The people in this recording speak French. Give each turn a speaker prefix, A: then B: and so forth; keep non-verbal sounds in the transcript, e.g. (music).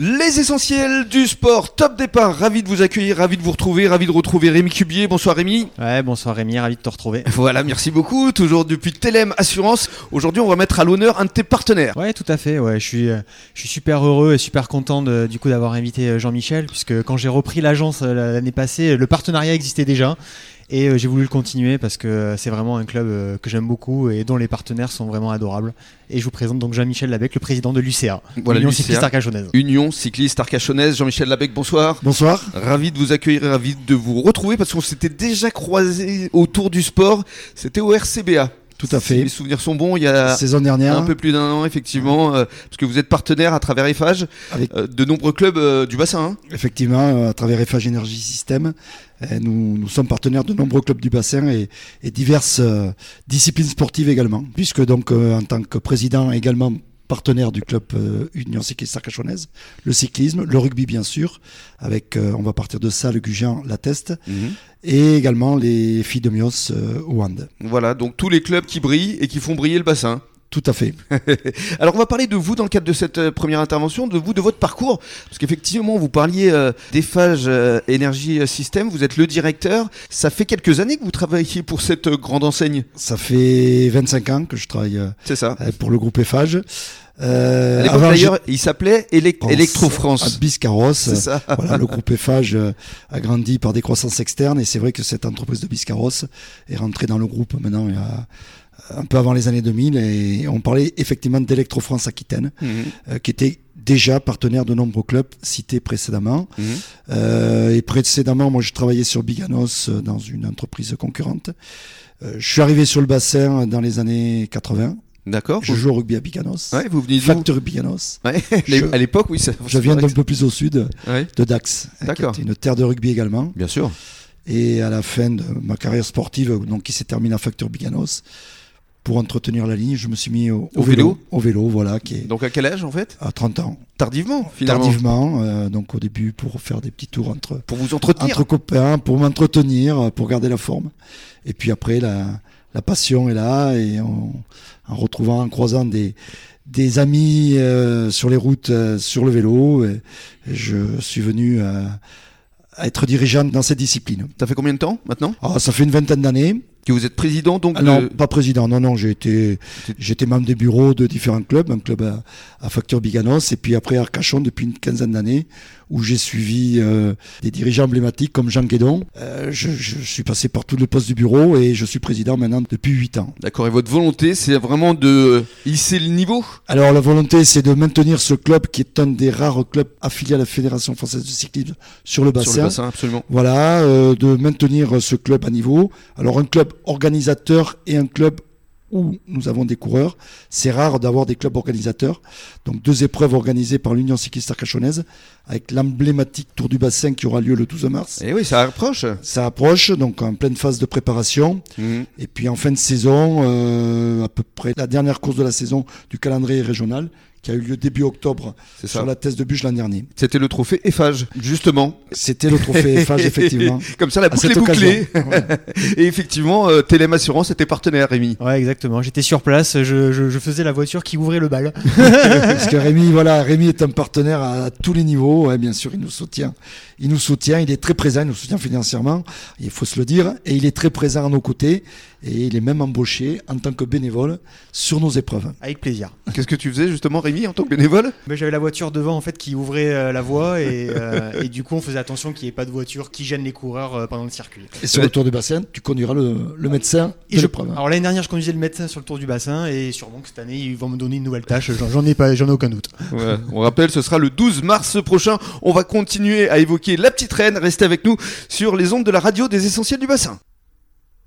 A: Les essentiels du sport, top départ, ravi de vous accueillir, ravi de vous retrouver, ravi de retrouver Rémi Cubier, bonsoir Rémi.
B: Ouais, bonsoir Rémi, ravi de te retrouver.
A: Voilà, merci beaucoup, toujours depuis Telem Assurance, aujourd'hui on va mettre à l'honneur un de tes partenaires.
B: Ouais, tout à fait, ouais, je suis, euh, je suis super heureux et super content de- du coup d'avoir invité euh, Jean-Michel, puisque quand j'ai repris l'agence euh, l'année passée, le partenariat existait déjà. Et euh, j'ai voulu le continuer parce que euh, c'est vraiment un club euh, que j'aime beaucoup et dont les partenaires sont vraiment adorables. Et je vous présente donc Jean-Michel Labec, le président de l'UCA,
A: Voilà,
B: l'Union
A: l'UCA.
B: Cycliste Arcachonnaise.
A: Union cycliste arcachonnaise, Jean-Michel Labec, bonsoir.
C: Bonsoir.
A: Ravi de vous accueillir, ravi de vous retrouver parce qu'on s'était déjà croisé autour du sport, c'était au RCBA.
C: Tout à
A: Si
C: fait.
A: mes souvenirs sont bons, il y a
C: Saison dernière,
A: Euh, un peu plus d'un an effectivement, euh, parce que vous êtes partenaire à travers EFAGE
C: Avec-
A: euh, de nombreux clubs euh, du bassin. hein.
C: effectivement, euh, à travers Eiffage Energy System, euh, nous, nous sommes partenaires de nombreux clubs du bassin et, et diverses euh, disciplines sportives également, puisque donc euh, en tant que président également partenaire du club euh, Union Cycliste Arcachonnaise, le cyclisme, le rugby bien sûr, avec euh, on va partir de ça le Gujan, la Teste,
A: Mhm.
C: et également les filles de Mios euh, au hand.
A: Voilà, donc tous les clubs qui brillent et qui font briller le bassin. (laughs)
C: Tout à fait.
A: Alors on va parler de vous dans le cadre de cette euh, première intervention, de vous, de votre parcours, parce qu'effectivement vous parliez euh, d'Eiffage euh, Energy System, vous êtes le directeur, ça fait quelques années que vous travaillez pour cette euh, grande enseigne,
C: Ça fait 25 ans que je travaille euh,
A: c'est ça
C: euh, pour le groupe Eiffage.
A: À
C: Euh,
A: l'époque,
C: avant,
A: d'ailleurs, il s'appelait Elec-
C: France.
A: Electro
C: à
A: France,
C: Biscarros.
A: (laughs) c'est ça
C: voilà, le
A: (laughs)
C: groupe Eiffage euh, a grandi par des croissances externes et c'est vrai que cette entreprise de Biscarros est rentrée dans le groupe maintenant il y a euh, un peu avant les années 2000 et on parlait effectivement d'Electro-France Aquitaine
A: Mhm,
C: euh, qui était déjà partenaire de nombreux clubs cités précédemment.
A: mhm.
C: Euh, et précédemment, moi, je travaillais sur Biganos euh, dans une entreprise concurrente. Euh, je suis arrivé sur le bassin euh, dans les années 80.
A: D'accord
C: Je
A: vous...
C: joue au rugby à Biganos.
A: Oh. ouais, vous venez d'où
C: Facteur Biganos.
A: Ouais, (laughs)
C: Je-
A: À l'époque, oui, ça...
C: Je viens d'un peu plus au sud
A: Ouais,
C: de Dax, euh, qui
A: D'accord.
C: était une terre de rugby également.
A: Bien sûr.
C: et à la fin de ma carrière sportive, donc qui s'est terminée à Facteur Biganos, pour entretenir la ligne, je me suis mis au,
A: Au vélo
C: Au vélo, voilà, qui est
A: Donc à quel âge en fait
C: à 30 ans.
A: Tardivement, finalement.
C: Tardivement, euh, donc au début pour faire des petits tours entre,
A: Pour vous entretenir.
C: entre copains, pour m'entretenir, euh, pour garder la forme. Et puis après, la, la passion est là, et on- en retrouvant, en croisant des, des amis euh, sur les routes, euh, sur le vélo, et- et je suis venu euh, à être dirigeant dans cette discipline.
A: Ça fait combien de temps maintenant
C: Ah, ça fait une vingtaine d'années.
A: Que vous êtes président donc
C: Ah Non,
A: de-
C: pas président. Non, non, j'ai été,
A: C'était-
C: j'étais membre des bureaux de différents clubs, un club à, à Facteur Biganos et puis après à Arcachon depuis une quinzaine d'années où j'ai suivi euh, des dirigeants emblématiques comme Jean Guédon. Euh, je, je suis passé par tous les postes du bureau et je suis président maintenant depuis huit ans.
A: D'accord, et votre volonté, c'est vraiment de euh, hisser le niveau
C: Alors la volonté, c'est de maintenir ce club qui est un des rares clubs affiliés à la Fédération française de cyclisme sur le bassin.
A: sur le bassin, absolument.
C: Voilà, euh, de maintenir ce club à niveau. Alors un club organisateur et un club où nous avons des coureurs. C'est rare d'avoir des clubs organisateurs. Donc deux épreuves organisées par l'Union cycliste arcachonnaise avec l'emblématique Tour du Bassin qui aura lieu le 12 mars.
A: Et oui, ça approche.
C: Ça approche, donc en pleine phase de préparation.
A: Mhm.
C: Et puis en fin de saison, euh, à peu près la dernière course de la saison du calendrier régional qui a eu lieu début octobre
A: C'est ça.
C: sur la thèse de Buge l'an dernier.
A: C'était le trophée Eiffage, justement.
C: C'était le trophée Eiffage, effectivement.
A: (laughs) Comme ça, la
C: À
A: boucle est
C: cette occasion.
A: bouclée. (laughs) Et effectivement, euh, Télém Assurance était partenaire, Rémi.
B: Ouais, exactement, j'étais sur place, je, je- je faisais la voiture qui ouvrait le bal.
C: Parce que Rémi, voilà, Rémi est un partenaire à tous les niveaux. ouais, bien sûr, il nous soutient. Il nous soutient. Il est très présent. Il nous soutient financièrement. Il faut se le dire. Et il est très présent à nos côtés. Et il est même embauché en tant que bénévole sur nos épreuves.
B: Avec plaisir.
A: Qu'est-ce que tu faisais, justement, Rémi, en tant que bénévole
B: Mais j'avais la voiture devant en fait qui ouvrait euh, la voie et, euh, et du coup on faisait attention qu'il n'y ait pas de voiture qui gêne les coureurs euh, pendant le circuit.
C: Et sur le tour du bassin, tu conduiras le, le médecin
B: Et
C: de
B: je-
C: l'épreuve.
B: alors l'année dernière je conduisais le médecin sur le tour du bassin et sûrement que cette année ils vont me donner une nouvelle tâche, j'en j'en ai pas, j'en ai aucun doute.
A: Ouais, On rappelle, ce sera le 12 mars prochain. On va continuer à évoquer la petite reine. Restez avec nous sur les ondes de la radio des essentiels du bassin.